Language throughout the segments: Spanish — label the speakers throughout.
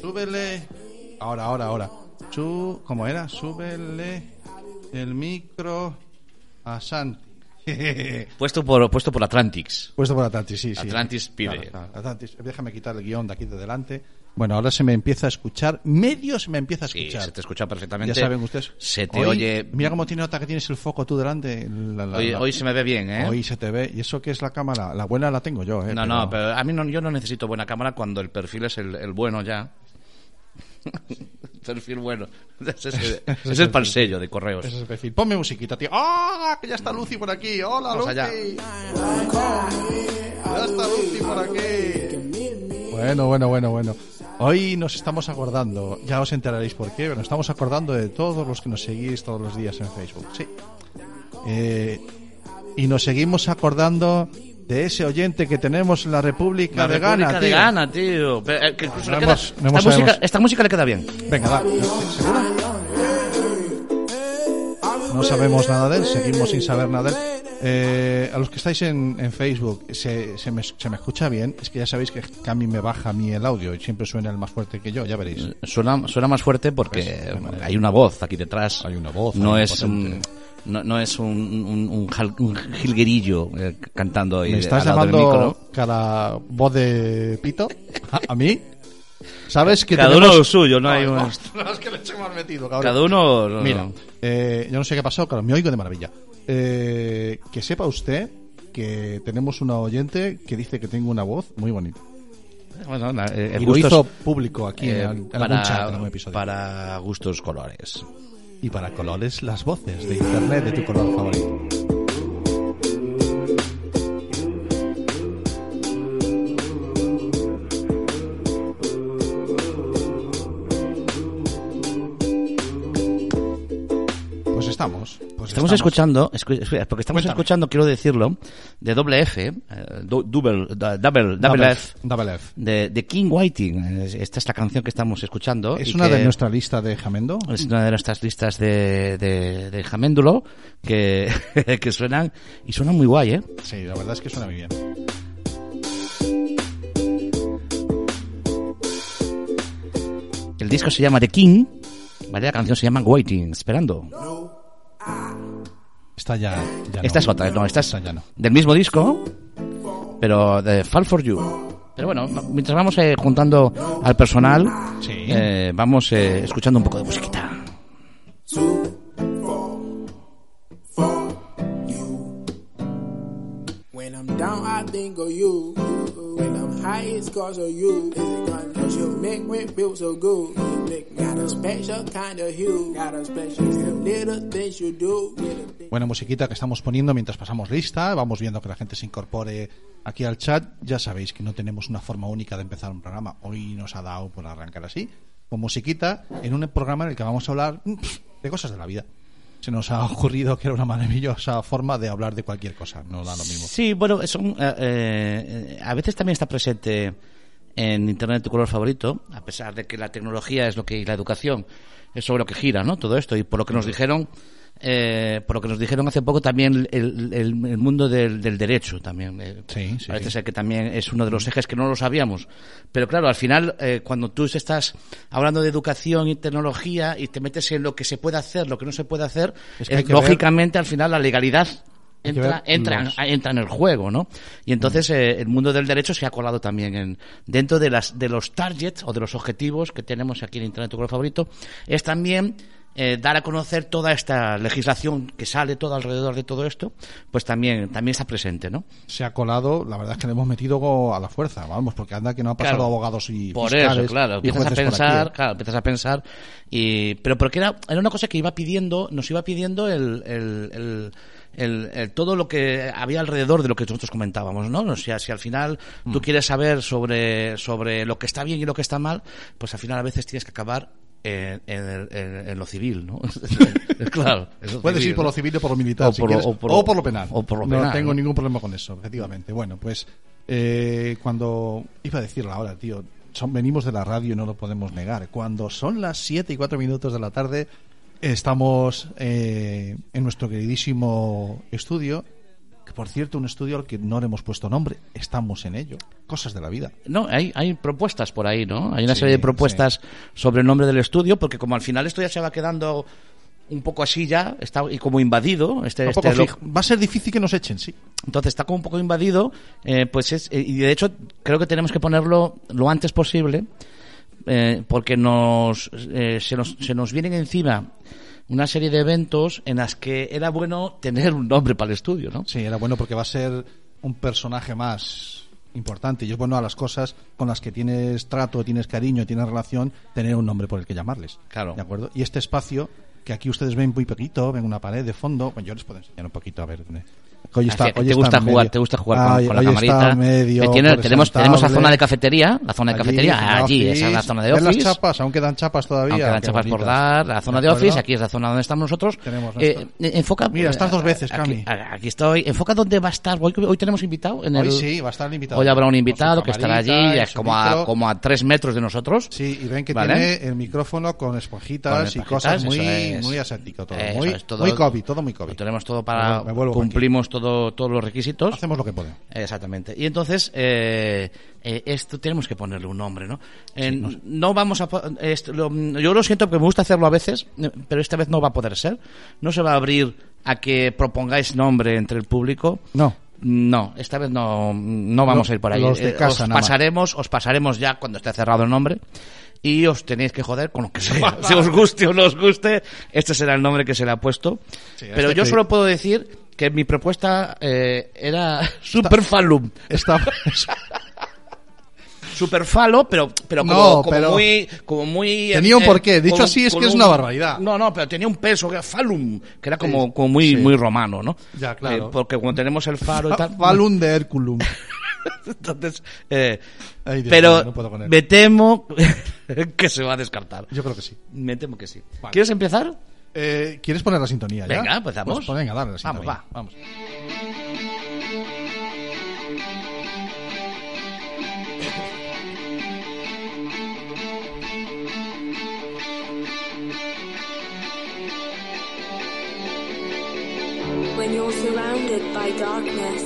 Speaker 1: Súbele. Ahora, ahora, ahora. Su, ¿Cómo era? Súbele el micro a Santi.
Speaker 2: Puesto por, puesto por Atlantics.
Speaker 1: Puesto por Atlantis, sí, sí.
Speaker 2: Atlantis
Speaker 1: Claro,
Speaker 2: pide.
Speaker 1: claro, Atlantis. Déjame quitar el guión de aquí de delante. Bueno, ahora se me empieza a escuchar. Medio se me empieza a
Speaker 2: Sí,
Speaker 1: escuchar.
Speaker 2: se te escucha perfectamente.
Speaker 1: Ya saben ustedes.
Speaker 2: Se te
Speaker 1: Hoy,
Speaker 2: oye.
Speaker 1: Mira cómo tiene nota que tienes el foco tú delante. La- la-
Speaker 2: Hoy,
Speaker 1: la-
Speaker 2: hoy se me ve bien, ¿eh?
Speaker 1: Hoy se te ve. ¿Y eso que es la cámara? La buena la tengo yo, ¿eh?
Speaker 2: no, no, pero a mí no, yo no necesito buena cámara cuando el perfil es el, el bueno ya. el perfil bueno. Ese es, el- ese es el parsello de correos.
Speaker 1: Ese es el perfil. Ponme musiquita, tío. ¡Ah! Que ya está Lucy por aquí. ¡Hola,
Speaker 2: Vamos
Speaker 1: Lucy!
Speaker 2: allá.
Speaker 1: Ya está Lucy por aquí. Bueno, bueno, bueno, bueno. Hoy nos estamos acordando, ya os enteraréis por qué, pero nos estamos acordando de todos los que nos seguís todos los días en Facebook. Sí. Eh, y nos seguimos acordando de ese oyente que tenemos en la República
Speaker 2: La
Speaker 1: de
Speaker 2: República
Speaker 1: Ghana,
Speaker 2: de
Speaker 1: tío.
Speaker 2: Ghana, tío. Pero, eh, que incluso
Speaker 1: No
Speaker 2: le
Speaker 1: hemos-
Speaker 2: queda-
Speaker 1: no hemos
Speaker 2: esta, música,
Speaker 1: sabemos.
Speaker 2: esta música le queda bien.
Speaker 1: Venga, va. ¿Seguro? No sabemos nada de él, seguimos sin saber nada de él. Eh, a los que estáis en, en Facebook, ¿se, se, me, se me escucha bien? Es que ya sabéis que, que a mí me baja a mí el audio y siempre suena el más fuerte que yo, ya veréis.
Speaker 2: Suena, suena más fuerte porque hay una voz aquí detrás.
Speaker 1: Pues, Hay una voz,
Speaker 2: No
Speaker 1: hay
Speaker 2: es
Speaker 1: potente.
Speaker 2: un, no, no es un, un, un jal- un jilguerillo eh, cantando ahí
Speaker 1: ¿Me estás
Speaker 2: al lado del micro.
Speaker 1: llamando cara voz de pito? ¿A, a mí? ¿Sabes que
Speaker 2: Cada
Speaker 1: tenemos-
Speaker 2: uno lo suyo, no hay
Speaker 1: Ay,
Speaker 2: un-
Speaker 1: ostras, que le hemos metido, cabrón.
Speaker 2: Cada uno. no,
Speaker 1: Mira,
Speaker 2: no.
Speaker 1: eh, yo no sé qué ha pasado, claro, me oigo de maravilla. Eh, que sepa usted que tenemos una oyente que dice que tengo una voz muy bonita.
Speaker 2: Bueno, na- eh,
Speaker 1: Y lo
Speaker 2: gustos-
Speaker 1: hizo público aquí en,
Speaker 2: eh,
Speaker 1: al- en algún chat, en
Speaker 2: para,
Speaker 1: algún episodio. Pues
Speaker 2: para gustos colores.
Speaker 1: Y para colores, las voces de internet de tu color favorito. Pues estamos. pues
Speaker 2: Estamos, escuchando, escu- escu- porque estamos
Speaker 1: Cuéntame.
Speaker 2: escuchando, quiero decirlo, de doble F, eh, do- double, da- double, double,
Speaker 1: Double
Speaker 2: F,
Speaker 1: F, Double F.
Speaker 2: de, de King Whiting. eh, Es- Esta es la canción que estamos escuchando. y
Speaker 1: Es una de
Speaker 2: que
Speaker 1: nuestra lista de Jamendo.
Speaker 2: Es una de nuestras listas de, de, de Jaméndulo que, que suenan, y suenan muy guay, ¿eh?
Speaker 1: Sí, la verdad es que suena muy bien.
Speaker 2: El disco se llama The King, ¿vale? La canción se llama Waiting, esperando.
Speaker 1: Esta ya, ya
Speaker 2: Esta
Speaker 1: no.
Speaker 2: es otra, no, esta es
Speaker 1: Esta ya no.
Speaker 2: del mismo disco, pero de Fall for You. Pero bueno, mientras vamos eh, juntando al personal,
Speaker 1: Sí.
Speaker 2: eh, vamos eh, escuchando un poco de musiquita.
Speaker 3: When I'm down, I think of you. When I'm high, it's cause of you. Is it gone? Cause you make me feel so good. You make me got a special kind of hue. Got a special little things you do. Little things.
Speaker 1: Buena musiquita que estamos poniendo mientras pasamos lista. Vamos viendo que la gente se incorpore aquí al chat. Ya sabéis que no tenemos una forma única de empezar un programa. Hoy nos ha dado por arrancar así, con musiquita, en un programa en el que vamos a hablar mm, de cosas de la vida. Se nos ha ocurrido que era una maravillosa forma de hablar de cualquier cosa. No da lo mismo.
Speaker 2: Sí, bueno, son, eh, eh, a veces también está presente en Internet tu color favorito, a pesar de que la tecnología es lo que y la educación es sobre lo que gira, ¿no? Todo esto y por lo que nos dijeron, eh, por lo que nos dijeron hace poco también el, el- el mundo del, del derecho también. eh,
Speaker 1: Sí, sí,
Speaker 2: Parece
Speaker 1: sí.
Speaker 2: ser que también es uno de los ejes que no lo sabíamos, pero claro, al final eh, cuando tú estás hablando de educación y tecnología y te metes en lo que se puede hacer, lo que no se puede hacer,
Speaker 1: Es que
Speaker 2: eh,
Speaker 1: hay que ver-
Speaker 2: lógicamente al final la legalidad
Speaker 1: Hay que
Speaker 2: entra,
Speaker 1: ver Mm.
Speaker 2: entra, ah,
Speaker 1: los-
Speaker 2: entra en el juego, ¿no? Y entonces eh, el mundo del derecho se ha colado también en, dentro de, las, de los targets o de los objetivos que tenemos aquí en Internet, tu color favorito, es también eh, dar a conocer toda esta legislación que sale todo alrededor de todo esto, pues también, también está presente, ¿no?
Speaker 1: Se ha colado, la verdad es que le hemos metido go- a la fuerza, vamos, porque anda que no ha pasado
Speaker 2: Claro.
Speaker 1: abogados y
Speaker 2: por
Speaker 1: fiscales
Speaker 2: eso claro
Speaker 1: y
Speaker 2: empiezas a
Speaker 1: jueces por aquí,
Speaker 2: pensar
Speaker 1: ¿eh?
Speaker 2: claro empiezas a pensar y pero porque era era una cosa que iba pidiendo nos iba pidiendo el, el- el- el- el- todo lo que había alrededor de lo que nosotros comentábamos no o sea si al final
Speaker 1: Mm.
Speaker 2: tú quieres saber sobre sobre lo que está bien y lo que está mal pues al final a veces tienes que acabar en, en el- en- en lo civil, ¿no? claro. en lo
Speaker 1: Puedes
Speaker 2: civil,
Speaker 1: ir por
Speaker 2: ¿no?
Speaker 1: lo civil o por lo militar,
Speaker 2: O
Speaker 1: si
Speaker 2: por lo-
Speaker 1: quieres,
Speaker 2: o por lo-
Speaker 1: o por lo penal.
Speaker 2: o por lo
Speaker 1: no
Speaker 2: penal,
Speaker 1: tengo
Speaker 2: ¿no?
Speaker 1: ningún problema con eso, efectivamente. Bueno, pues eh, cuando... Iba a decirlo ahora, tío. son- venimos de la radio y no lo podemos negar. Cuando son las 7 y 4 minutos de la tarde, estamos eh, en nuestro queridísimo estudio Que por cierto, un estudio al que no le hemos puesto nombre, estamos en ello. Cosas de la vida.
Speaker 2: No, hay, hay propuestas por ahí, ¿no? Hay una
Speaker 1: Sí,
Speaker 2: serie de propuestas sobre el nombre del estudio, porque como al final esto ya se va quedando un poco así ya, está y como invadido, este,
Speaker 1: Tampoco
Speaker 2: este lo-
Speaker 1: fijo. Va a ser difícil que nos echen, sí.
Speaker 2: entonces está como un poco invadido, eh, pues es, eh, y de hecho creo que tenemos que ponerlo lo antes posible, eh, porque nos, eh, se nos se nos vienen encima una serie de eventos en las que era bueno tener un nombre para el estudio, ¿no?
Speaker 1: Sí, era bueno porque va a ser un personaje más importante y es bueno a las cosas con las que tienes trato, tienes cariño, tienes relación, tener un nombre por el que llamarles.
Speaker 2: Claro.
Speaker 1: ¿De acuerdo? Y este espacio que aquí ustedes ven muy poquito, ven una pared de fondo, bueno, yo les puedo enseñar un poquito a ver. eh, Hoy
Speaker 2: Así que te gusta
Speaker 1: en
Speaker 2: jugar,
Speaker 1: medio.
Speaker 2: te gusta jugar con,
Speaker 1: Ay,
Speaker 2: con la
Speaker 1: hoy
Speaker 2: camarita.
Speaker 1: Está medio
Speaker 2: Eh, tiene- tenemos, tenemos la
Speaker 1: presentable.
Speaker 2: zona de cafetería, la zona de cafetería, Ah,
Speaker 1: zona
Speaker 2: allí,
Speaker 1: office.
Speaker 2: esa es la zona de
Speaker 1: ¿Ves
Speaker 2: office.
Speaker 1: las chapas, aún quedan chapas todavía.
Speaker 2: aunque quedan
Speaker 1: Qué
Speaker 2: chapas por
Speaker 1: bonitas.
Speaker 2: dar, la zona de
Speaker 1: acuerdo?
Speaker 2: office, aquí es la zona donde estamos nosotros.
Speaker 1: Tenemos
Speaker 2: Eh,
Speaker 1: nuestra.
Speaker 2: eh, enfoca.
Speaker 1: Mira, estás dos veces,
Speaker 2: aquí,
Speaker 1: Cami.
Speaker 2: aquí estoy. Enfoca dónde va a estar. Hoy, hoy tenemos invitado. En
Speaker 1: Hoy
Speaker 2: el-
Speaker 1: sí, va a estar el invitado.
Speaker 2: Hoy habrá un
Speaker 1: Con su
Speaker 2: invitado que estará allí,
Speaker 1: camarita,
Speaker 2: ya
Speaker 1: su
Speaker 2: como
Speaker 1: micro.
Speaker 2: a, como a tres metros de nosotros.
Speaker 1: Sí, y ven que
Speaker 2: ¿Vale?
Speaker 1: tiene el micrófono con esponjitas
Speaker 2: Con
Speaker 1: y
Speaker 2: esponjitas,
Speaker 1: cosas muy,
Speaker 2: eso es.
Speaker 1: muy aséptico todo.
Speaker 2: Eso
Speaker 1: muy,
Speaker 2: es, todo-
Speaker 1: muy COVID, todo muy COVID.
Speaker 2: Lo tenemos todo para.
Speaker 1: Me vuelvo
Speaker 2: cumplimos todo, todos los requisitos.
Speaker 1: Hacemos lo que podemos.
Speaker 2: Exactamente. Y entonces, eh, eh, esto tenemos que ponerle un nombre, ¿no? Eh, no, vamos a. po- esto, lo- yo lo siento porque me gusta hacerlo a veces, eh, pero esta vez no va a poder ser. No se va a abrir a que propongáis nombre entre el público.
Speaker 1: No.
Speaker 2: No, esta vez no, no vamos
Speaker 1: Lo-
Speaker 2: a ir por ahí.
Speaker 1: los de
Speaker 2: Eh,
Speaker 1: casa
Speaker 2: os
Speaker 1: nada más.
Speaker 2: pasaremos, os pasaremos ya cuando esté cerrado el nombre y os tenéis que joder con lo que sea. si os guste o no os guste, este será el nombre que se le ha puesto.
Speaker 1: Sí,
Speaker 2: Pero
Speaker 1: este
Speaker 2: yo
Speaker 1: que-
Speaker 2: solo puedo decir que mi propuesta eh, era super falum.
Speaker 1: Está,
Speaker 2: Super falo, pero, pero, como,
Speaker 1: No,
Speaker 2: como
Speaker 1: pero-
Speaker 2: muy, como muy. eh,
Speaker 1: Tenía un porqué. Dicho así es que es una barbaridad.
Speaker 2: No, no, pero tenía un peso, que era falum, que era como,
Speaker 1: Sí,
Speaker 2: como muy,
Speaker 1: sí.
Speaker 2: muy romano, ¿no? Eh,
Speaker 1: Ya, claro.
Speaker 2: porque cuando tenemos el faro y tal.
Speaker 1: Falun de Herculum.
Speaker 2: Entonces, eh,
Speaker 1: Ay, Dios
Speaker 2: pero
Speaker 1: mío, no puedo con él.
Speaker 2: me temo que se va a descartar.
Speaker 1: Yo creo que sí.
Speaker 2: Me temo que sí.
Speaker 1: Vale.
Speaker 2: ¿Quieres empezar?
Speaker 1: Eh, ¿Quieres poner la sintonía ya?
Speaker 2: Venga, pues vamos.
Speaker 1: pues venga, dale la
Speaker 2: Vamos,
Speaker 1: sintonía.
Speaker 2: va.
Speaker 1: Vamos.
Speaker 4: When you're surrounded by darkness,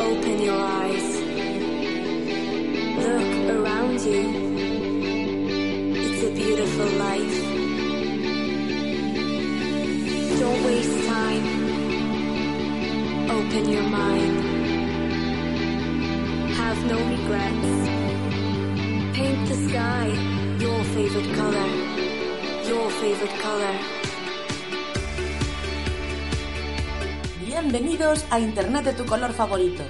Speaker 4: open your eyes. Look around you. It's a beautiful life. Don't waste time. Open your mind. Have no regrets. Paint the sky your favorite color. Your favorite color.
Speaker 5: Bienvenidos a Internet de tu color favorito,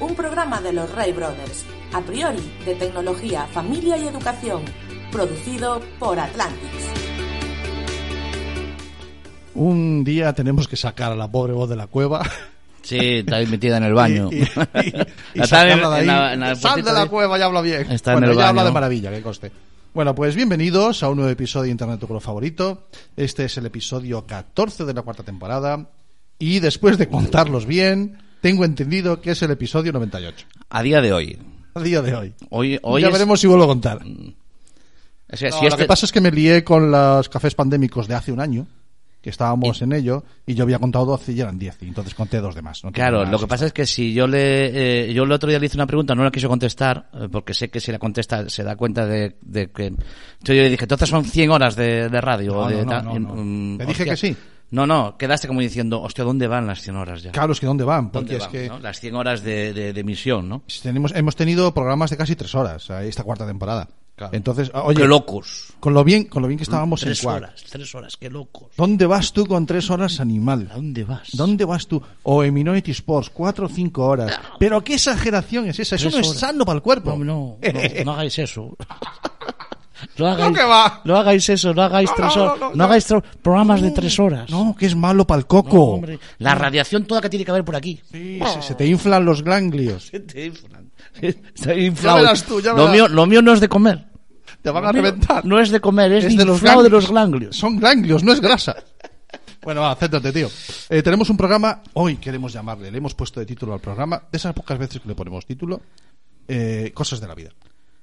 Speaker 5: un programa de los Ray Brothers, a priori de tecnología, familia y educación, producido por Atlantis.
Speaker 1: Un día tenemos que sacar a la pobre voz de la cueva.
Speaker 2: Sí, está metida en el
Speaker 1: Ah, Y, y- y sacarla de ahí. Sal de la cueva y habla bien.
Speaker 2: Está en
Speaker 1: bueno,
Speaker 2: el
Speaker 1: ella habla
Speaker 2: baño.
Speaker 1: de maravilla, que conste. Bueno, pues bienvenidos a un nuevo episodio de Internet tu color favorito. Este es el episodio 14 de la cuarta temporada. Y después de contarlos bien, tengo entendido que es el episodio 98.
Speaker 2: A día de hoy.
Speaker 1: Al día de hoy.
Speaker 2: Hoy, hoy
Speaker 1: ya
Speaker 2: es-
Speaker 1: veremos si vuelvo a contar.
Speaker 2: o sea,
Speaker 1: No,
Speaker 2: si
Speaker 1: Lo
Speaker 2: este-
Speaker 1: que pasa es que me lié con los cafés pandémicos de hace un año, que estábamos en ello, y yo había contado 12 y eran 10, y entonces conté dos de más. no tenía
Speaker 2: Claro,
Speaker 1: nada
Speaker 2: lo que
Speaker 1: así.
Speaker 2: pasa es que si yo le. eh, yo el otro día le hice una pregunta, no la quiso contestar, eh, porque sé que si la contesta se da cuenta de, de que. Entonces yo le dije, entonces son 100 horas de, de radio.
Speaker 1: No,
Speaker 2: o de
Speaker 1: no,
Speaker 2: tal".
Speaker 1: no, no, no.
Speaker 2: Mm,
Speaker 1: Le dije que sí.
Speaker 2: No, no, quedaste como diciendo, hostia, ¿dónde van las 100 horas ya?
Speaker 1: Claro, es que ¿dónde van? Porque
Speaker 2: ¿Dónde
Speaker 1: es
Speaker 2: van,
Speaker 1: que
Speaker 2: no? Las 100 horas de, de, de emisión, ¿no?
Speaker 1: tenemos, hemos tenido programas de casi tres horas eh, esta cuarta temporada.
Speaker 2: Claro.
Speaker 1: Entonces, ah, oye,
Speaker 2: qué locos.
Speaker 1: con lo bien, con lo bien que estábamos
Speaker 2: Tres
Speaker 1: en Quack.
Speaker 2: horas, tres horas, qué locos.
Speaker 1: ¿Dónde vas tú con tres horas animal?
Speaker 2: ¿A dónde vas?
Speaker 1: ¿Dónde vas tú? O en Minority Sports, cuatro o cinco horas. Pero qué exageración es esa, eso
Speaker 2: Tres
Speaker 1: no es
Speaker 2: horas.
Speaker 1: sano para el cuerpo.
Speaker 2: No, no, no, no hagáis eso. No hagáis,
Speaker 1: que va.
Speaker 2: no hagáis eso, no hagáis
Speaker 1: No,
Speaker 2: tres
Speaker 1: no,
Speaker 2: horas,
Speaker 1: no, no,
Speaker 2: no
Speaker 1: no.
Speaker 2: hagáis tro- programas de tres horas.
Speaker 1: No, que es malo para el coco.
Speaker 2: No, hombre, la radiación toda que tiene que haber por aquí.
Speaker 1: Sí, se, se te inflan los ganglios.
Speaker 2: Te inflan. Está inflado.
Speaker 1: Ya verás tú, ya
Speaker 2: lo,
Speaker 1: verás.
Speaker 2: mío, lo mío no es de comer.
Speaker 1: Te van
Speaker 2: Lo
Speaker 1: a
Speaker 2: mío
Speaker 1: reventar.
Speaker 2: No es de comer, es,
Speaker 1: Es de los
Speaker 2: inflado de los
Speaker 1: ganglios.
Speaker 2: ganglios.
Speaker 1: Son ganglios, no es grasa. Bueno, va, céntrate, tío. Eh, tenemos un programa, hoy queremos llamarle, le hemos puesto de título al programa, de esas pocas veces que le ponemos título, eh, Cosas de la Vida.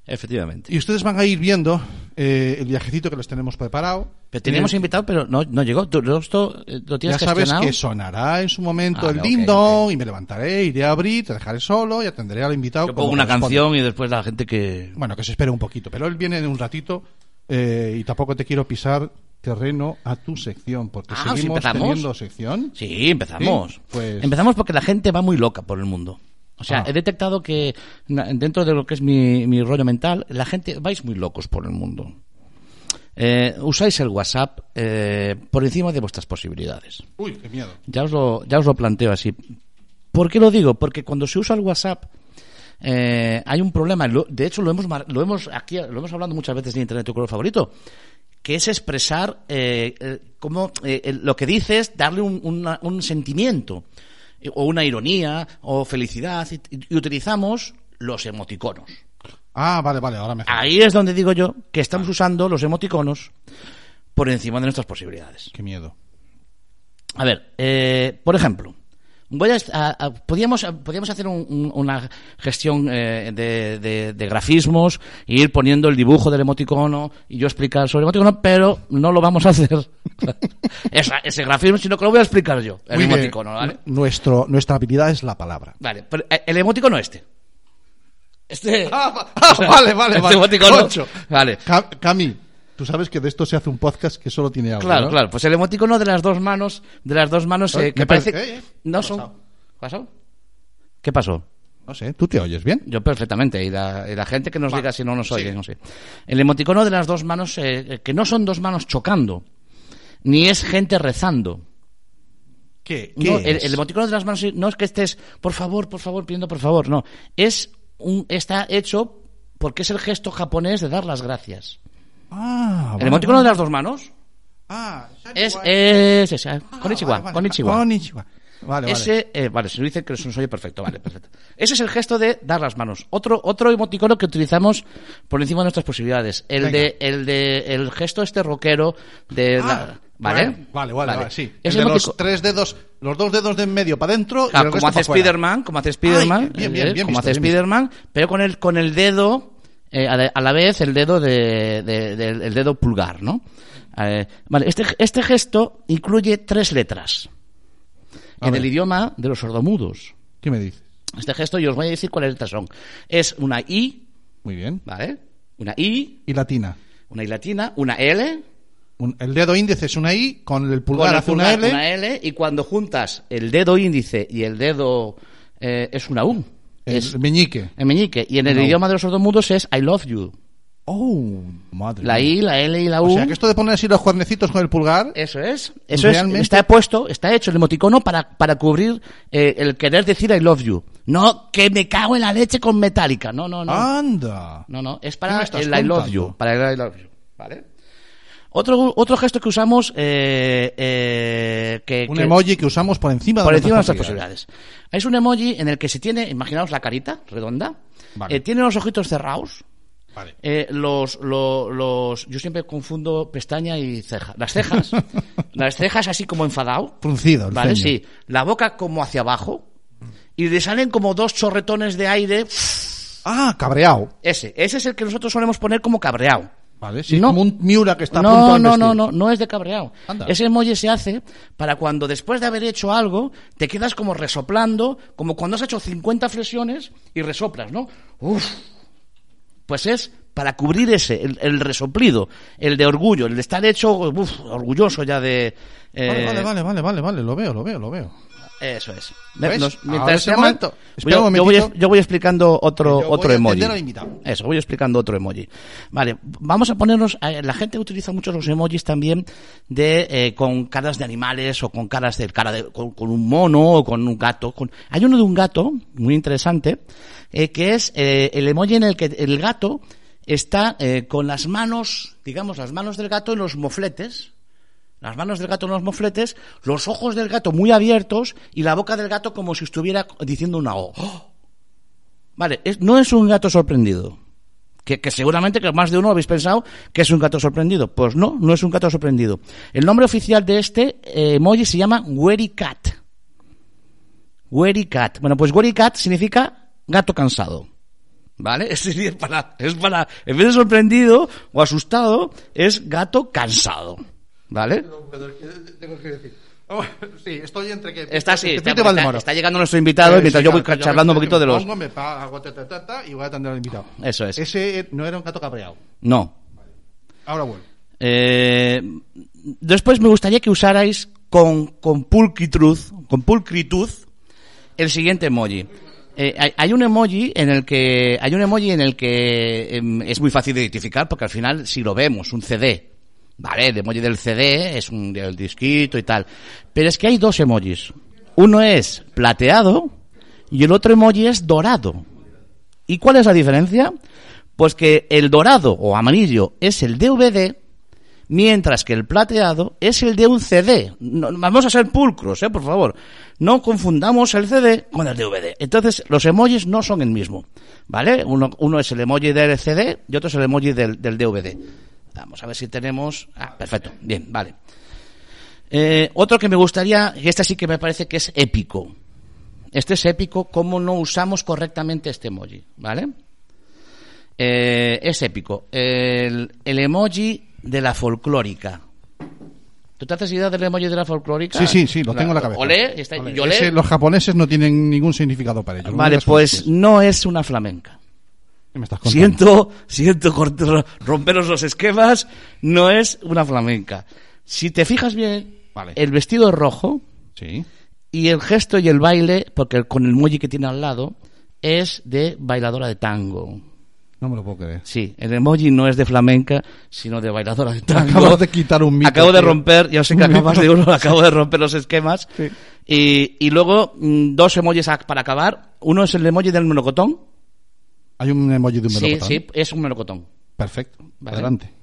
Speaker 2: Efectivamente.
Speaker 1: Y ustedes van a ir viendo eh, el viajecito que les tenemos preparado.
Speaker 2: Pero teníamos
Speaker 1: Eh,
Speaker 2: invitado, pero no, no llegó. Tú, lo- esto eh, lo
Speaker 1: ya
Speaker 2: tienes
Speaker 1: sabes
Speaker 2: gestionado.
Speaker 1: que sonará en su momento
Speaker 2: Ah,
Speaker 1: el
Speaker 2: ok,
Speaker 1: ding
Speaker 2: ok.
Speaker 1: dong y me levantaré, iré a abrir, te dejaré solo y atenderé al invitado.
Speaker 2: Yo
Speaker 1: como
Speaker 2: pongo una
Speaker 1: corresponde.
Speaker 2: canción y después la gente que...
Speaker 1: Bueno, que se espere un poquito, pero él viene en un ratito eh, y tampoco te quiero pisar terreno a tu sección porque
Speaker 2: Ah, ¿sí
Speaker 1: seguimos
Speaker 2: empezamos?
Speaker 1: teniendo sección.
Speaker 2: Sí, empezamos.
Speaker 1: Sí, pues-
Speaker 2: Empezamos porque la gente va muy loca por el mundo. O sea,
Speaker 1: Ah.
Speaker 2: he detectado que na- dentro de lo que es mi, mi rollo mental, la gente vais muy locos por el mundo. Eh, usáis el WhatsApp eh, por encima de vuestras posibilidades.
Speaker 1: Uy, qué miedo.
Speaker 2: Ya os, lo, ya os lo planteo así. ¿Por qué lo digo? Porque cuando se usa el WhatsApp eh, hay un problema. Lo- de hecho, lo hemos, mar- lo hemos aquí lo hemos hablado muchas veces en Internet, tu color favorito, que es expresar eh, eh, cómo, eh, el- lo que dices, darle un, una- un sentimiento eh, o una ironía o felicidad y, y utilizamos los emoticonos.
Speaker 1: Ah, vale, vale, ahora me.
Speaker 2: Ahí es donde digo yo que estamos usando los emoticonos por encima de nuestras posibilidades.
Speaker 1: Qué miedo.
Speaker 2: A ver, eh, por ejemplo, voy a, a- a- podíamos, podíamos hacer un- un- una gestión eh, de, de- de grafismos, e ir poniendo el dibujo del emoticono y yo explicar sobre el emoticono, pero no lo vamos a hacer. Esa- ese grafismo, sino que lo voy a explicar yo, el
Speaker 1: Muy bien.
Speaker 2: emoticono, ¿vale?
Speaker 1: Nuestro, nuestra habilidad es la palabra.
Speaker 2: Vale, pero eh, el emoticono este. Este.
Speaker 1: Ah, va- ah, vale, vale,
Speaker 2: este
Speaker 1: vale.
Speaker 2: emoticono.
Speaker 1: Concho.
Speaker 2: Vale.
Speaker 1: Ca- Cami, tú sabes que de esto se hace un podcast que solo tiene audio.
Speaker 2: Claro,
Speaker 1: ¿no?
Speaker 2: claro. Pues el emoticono de las dos manos, de las dos manos eh,
Speaker 1: Ay,
Speaker 2: que
Speaker 1: me parece-
Speaker 2: parece.
Speaker 1: eh, eh,
Speaker 2: no
Speaker 1: ¿qué ha
Speaker 2: son.
Speaker 1: pasado?
Speaker 2: ¿Pasó? ¿Qué pasó?
Speaker 1: No sé, ¿tú te oyes bien?
Speaker 2: Yo perfectamente, y la, y la gente que nos diga si no nos oye, no sé. El emoticono de las dos manos, eh, que no son dos manos chocando, ni es gente rezando.
Speaker 1: ¿Qué?
Speaker 2: No, el, el emoticono de las manos no es que estés, por favor, por favor, pidiendo por favor, no. Es un, está hecho porque es el gesto japonés de dar las gracias.
Speaker 1: Ah,
Speaker 2: el emoticono de las dos manos
Speaker 1: Ah,
Speaker 2: es, es ese, ¿eh?
Speaker 1: Ah,
Speaker 2: konnichiwa,
Speaker 1: vale, vale.
Speaker 2: konnichiwa.
Speaker 1: Konnichiwa. Vale, vale.
Speaker 2: Ese, eh, vale, se dice que se nos oye perfecto, vale, perfecto. Ese es el gesto de dar las manos. Otro, otro emoticono que utilizamos por encima de nuestras posibilidades. El
Speaker 1: Venga.
Speaker 2: de, el de, el gesto este rockero de,
Speaker 1: Ah,
Speaker 2: la- ¿vale?
Speaker 1: bueno, vale, vale, vale, sí. El
Speaker 2: Ese
Speaker 1: de los
Speaker 2: emotico-
Speaker 1: tres dedos, los dos dedos de en medio para adentro
Speaker 2: Ah,
Speaker 1: y el resto
Speaker 2: como hace
Speaker 1: para fuera.
Speaker 2: Spiderman, como hace Spiderman,
Speaker 1: Ay, bien, bien,
Speaker 2: eh,
Speaker 1: bien
Speaker 2: como
Speaker 1: visto,
Speaker 2: hace
Speaker 1: bien visto.
Speaker 2: Spiderman, pero con el, con el dedo, eh, a, la, a la vez el dedo de, de- del- el dedo pulgar, ¿no? Eh, vale, este, este gesto incluye tres letras
Speaker 1: A
Speaker 2: en
Speaker 1: ver.
Speaker 2: el idioma de los sordomudos.
Speaker 1: ¿Qué me dices?
Speaker 2: Este gesto y os voy a decir cuáles letras son. Es una I,
Speaker 1: Muy bien.
Speaker 2: ¿vale? Una I,
Speaker 1: Y latina.
Speaker 2: una I latina, una L,
Speaker 1: Un- el dedo índice es una I, con el pulgar
Speaker 2: con el
Speaker 1: hace
Speaker 2: pulgar,
Speaker 1: una L.
Speaker 2: una E, L, y cuando juntas el dedo índice y el dedo eh, es una U.
Speaker 1: el
Speaker 2: es
Speaker 1: meñique.
Speaker 2: el meñique. Y en el
Speaker 1: Una U.
Speaker 2: idioma de los sordomudos es I love you.
Speaker 1: Oh, madre.
Speaker 2: La
Speaker 1: mía.
Speaker 2: I, la L y la U. Eh,
Speaker 1: O sea, que esto de poner así los cuernecitos con el pulgar.
Speaker 2: Eso es, eso es,
Speaker 1: Realmente-
Speaker 2: está puesto, está hecho el emoticono para, para cubrir eh, el querer decir I love you. No, que me cago en la leche con metálica. No, no, no.
Speaker 1: ¡Anda!
Speaker 2: No, no, es
Speaker 1: ¿Qué
Speaker 2: para
Speaker 1: me
Speaker 2: Ah,
Speaker 1: estás
Speaker 2: el I love
Speaker 1: contando?
Speaker 2: you. Para el I love you, ¿vale? Otro, otro gesto que usamos eh, eh, que,
Speaker 1: Un
Speaker 2: que-
Speaker 1: emoji que usamos por encima de
Speaker 2: por encima de
Speaker 1: nuestras
Speaker 2: nuestras posibilidades. Es un emoji en el que se tiene, imaginaos la carita redonda,
Speaker 1: Vale.
Speaker 2: eh, tiene los ojitos cerrados,
Speaker 1: Vale.
Speaker 2: eh, los, lo- los, yo siempre confundo pestaña y ceja. Las cejas, las cejas así como enfadado.
Speaker 1: Fruncido, el
Speaker 2: Vale,
Speaker 1: ceño.
Speaker 2: sí. La boca como hacia abajo. Y le salen como dos chorretones de aire.
Speaker 1: Ah, cabreado.
Speaker 2: Ese, ese es el que nosotros solemos poner como cabreado.
Speaker 1: Vale, sí,
Speaker 2: No.
Speaker 1: como un Miura que está a punto
Speaker 2: No,
Speaker 1: de
Speaker 2: no,
Speaker 1: embestir.
Speaker 2: no, no, no es de cabreado.
Speaker 1: Anda.
Speaker 2: Ese emoji se hace para cuando después de haber hecho algo te quedas como resoplando, como cuando has hecho 50 flexiones y resoplas, ¿no? Uf. Pues es para cubrir ese, el, el resoplido, el de orgullo, el de estar hecho uf, orgulloso ya de. eh,
Speaker 1: Vale, vale, vale, vale, vale, vale, lo veo, lo veo, lo veo.
Speaker 2: Eso es.
Speaker 1: ¿Ves?
Speaker 2: Nos-
Speaker 1: Ahora es el
Speaker 2: llaman,
Speaker 1: momento. Espera
Speaker 2: yo,
Speaker 1: un
Speaker 2: yo voy,
Speaker 1: momentito.
Speaker 2: yo voy explicando otro,
Speaker 1: Yo voy
Speaker 2: otro
Speaker 1: a
Speaker 2: emoji.
Speaker 1: atender al invitado.
Speaker 2: Eso, voy explicando otro emoji. Vale, vamos a ponernos. eh, la gente utiliza muchos los emojis también de eh, con caras de animales o con caras de cara de, con, con un mono o con un gato. con- hay uno de un gato muy interesante eh, que es eh, el emoji en el que el gato está eh, con las manos, digamos, las manos del gato en los mofletes. Las manos del gato en los mofletes, los ojos del gato muy abiertos y la boca del gato como si estuviera diciendo una O. ¡Oh! Vale, es- no es un gato sorprendido. Que, que seguramente que más de uno habéis pensado que es un gato sorprendido. Pues no, no es un gato sorprendido. El nombre oficial de este eh, emoji se llama Weary Cat. Weary Cat. Bueno, pues Weary Cat significa gato cansado. ¿Vale? Es decir, para, es para, en vez de sorprendido o asustado, es gato cansado. ¿Vale?
Speaker 1: Tengo que decir. Oh, sí, estoy entre que.
Speaker 2: Está así,
Speaker 1: que
Speaker 2: está,
Speaker 1: Pito y
Speaker 2: está-
Speaker 1: Valdemoro.
Speaker 2: está llegando nuestro invitado
Speaker 1: Eh,
Speaker 2: mientras
Speaker 1: sí,
Speaker 2: yo voy
Speaker 1: claro, que
Speaker 2: charlando un
Speaker 1: me-
Speaker 2: poquito de
Speaker 1: me
Speaker 2: los...
Speaker 1: pongo, me pago, ta, ta, ta, ta, y voy a atender al invitado.
Speaker 2: Eso es.
Speaker 1: Ese eh, no era un gato cabreado.
Speaker 2: No.
Speaker 1: Ahora vuelvo.
Speaker 2: Eh, después me gustaría que usarais con, con, pulcritud, con pulcritud el siguiente emoji. Eh, hay, hay un emoji en el que hay un emoji en el que em, es muy fácil de identificar porque al final si lo vemos un CD, vale, el emoji del CD es un el disquito y tal, pero es que hay dos emojis. Uno es plateado y el otro emoji es dorado. ¿Y cuál es la diferencia? Pues que el dorado o amarillo es el DVD, mientras que el plateado es el de un CD. No- vamos a ser pulcros, ¿eh? por favor. No confundamos el CD con el DVD. Entonces, los emojis no son el mismo, ¿vale? Uno, uno es el emoji del CD y otro es el emoji del, del DVD. Vamos a ver si tenemos... Ah, perfecto. Bien, vale. Eh, otro que me gustaría, y este sí que me parece que es épico. Este es épico, cómo no usamos correctamente este emoji, ¿vale? Eh, es épico. El, el emoji de la folclórica. ¿Tú te haces idea del emoji de la folclórica?
Speaker 1: Sí, sí, sí, lo tengo en la cabeza.
Speaker 2: Olé, y está-
Speaker 1: Olé.
Speaker 2: y olé.
Speaker 1: Ese, los japoneses no tienen ningún significado para ellos.
Speaker 2: Vale,
Speaker 1: Las cosas
Speaker 2: pues
Speaker 1: que
Speaker 2: no es una flamenca.
Speaker 1: es. ¿Qué me estás contando?
Speaker 2: Siento, siento cort- romperos los esquemas, no es una flamenca. Si te fijas bien,
Speaker 1: Vale.
Speaker 2: el vestido es rojo
Speaker 1: Sí.
Speaker 2: y el gesto y el baile, porque el- con el emoji que tiene al lado, es de bailadora de tango.
Speaker 1: No me lo puedo creer.
Speaker 2: Sí, el emoji no es de flamenca, sino de bailadora de tango.
Speaker 1: Acabas de quitar un mito,
Speaker 2: Acabo de
Speaker 1: tío.
Speaker 2: romper, yo sé que
Speaker 1: Un
Speaker 2: acabas
Speaker 1: mito.
Speaker 2: de uno, acabo de romper los esquemas.
Speaker 1: Sí.
Speaker 2: Y, y luego, mm, dos emojis a- para acabar. Uno es el emoji del melocotón.
Speaker 1: Hay un emoji de un
Speaker 2: Sí,
Speaker 1: melocotón.
Speaker 2: sí, es un melocotón.
Speaker 1: Perfecto.
Speaker 2: Vale.
Speaker 1: Adelante.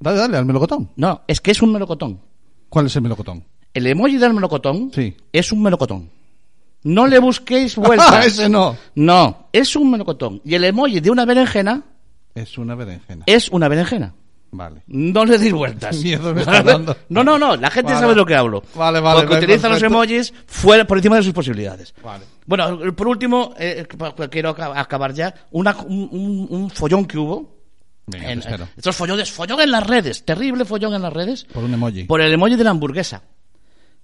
Speaker 1: Dale, dale, al melocotón.
Speaker 2: No, es que es un melocotón.
Speaker 1: ¿Cuál es el melocotón?
Speaker 2: El emoji del melocotón
Speaker 1: Sí.
Speaker 2: es un melocotón. No le busquéis vueltas.
Speaker 1: Ah, Ese no.
Speaker 2: No, es un melocotón. Y el emoji de una berenjena
Speaker 1: Es una berenjena.
Speaker 2: es una berenjena.
Speaker 1: Vale.
Speaker 2: No le deis vueltas.
Speaker 1: Miedo me está dando.
Speaker 2: No, no, no. La gente
Speaker 1: Vale.
Speaker 2: sabe de lo que hablo.
Speaker 1: Vale, vale,
Speaker 2: Porque
Speaker 1: vale,
Speaker 2: utiliza los
Speaker 1: perfecto.
Speaker 2: emojis fuera, por encima de sus posibilidades.
Speaker 1: Vale.
Speaker 2: Bueno, por último, eh, pa- pa- quiero aca- acabar ya. Una- un, un- un follón que hubo.
Speaker 1: Venga,
Speaker 2: En-
Speaker 1: te espero.
Speaker 2: estos follones, follón en las redes. Terrible follón en las redes.
Speaker 1: Por un emoji.
Speaker 2: Por el emoji de la hamburguesa.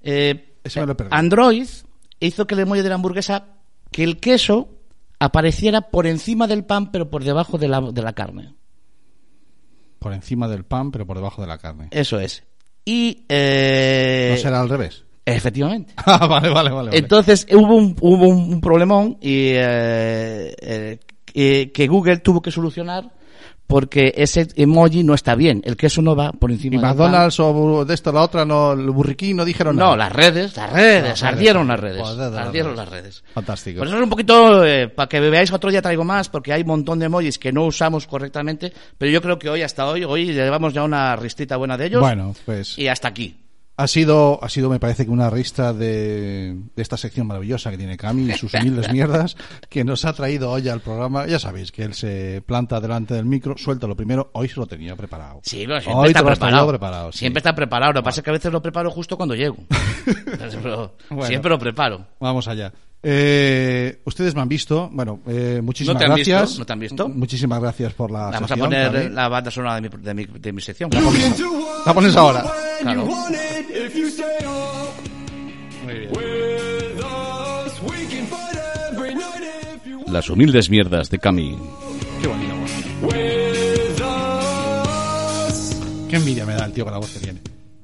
Speaker 2: Eh,
Speaker 1: Ese me lo he perdido.
Speaker 2: Android hizo que el emoji de la hamburguesa, que el queso apareciera por encima del pan, pero por debajo de la, de la carne.
Speaker 1: Por encima del pan, pero por debajo de la carne.
Speaker 2: Eso es. Y. eh,
Speaker 1: no será al revés.
Speaker 2: Efectivamente.
Speaker 1: Ah, vale, vale, vale. vale.
Speaker 2: Entonces hubo un, hubo un un problemón y, eh, eh, que, que Google tuvo que solucionar porque ese emoji no está bien. El queso no va por encima
Speaker 1: y
Speaker 2: del pan.
Speaker 1: McDonald's o bu- de esto, la otra, no, el burriquín no dijeron nada.
Speaker 2: No, las redes, las redes,
Speaker 1: Las redes,
Speaker 2: ardieron las redes.
Speaker 1: joder, las
Speaker 2: Ardieron
Speaker 1: redes.
Speaker 2: las redes.
Speaker 1: Fantástico.
Speaker 2: Por eso es un poquito, eh, para que veáis otro día traigo más, porque hay un montón de emojis que no usamos correctamente, pero yo creo que hoy, hasta hoy, hoy llevamos ya una ristita buena de ellos.
Speaker 1: Bueno, pues
Speaker 2: Y hasta aquí.
Speaker 1: ha sido, ha sido, me parece que una rista de, de esta sección maravillosa que tiene Cami y sus humildes mierdas, que nos ha traído hoy al programa. Ya sabéis que él se planta delante del micro, suelta lo primero, hoy se lo tenía preparado.
Speaker 2: Sí, pero siempre
Speaker 1: hoy
Speaker 2: está
Speaker 1: te lo has
Speaker 2: preparado.
Speaker 1: tenido preparado sí.
Speaker 2: Siempre está preparado. Lo que pasa es que a veces lo preparo justo cuando llego. Pero
Speaker 1: Bueno.
Speaker 2: Siempre lo preparo.
Speaker 1: Vamos allá. Eh, ustedes me han visto, bueno, eh, muchísimas
Speaker 2: ¿No te han visto?
Speaker 1: gracias.
Speaker 2: ¿No te han visto?
Speaker 1: Muchísimas gracias por la
Speaker 2: Vamos a
Speaker 1: sección,
Speaker 2: poner
Speaker 1: Cami.
Speaker 2: la banda sonora de mi, de mi, de mi sección.
Speaker 1: La pones ahora.
Speaker 2: Claro.
Speaker 6: Las humildes mierdas de Cami.
Speaker 1: Qué bonita voz. Qué envidia me da el tío con la voz que tiene.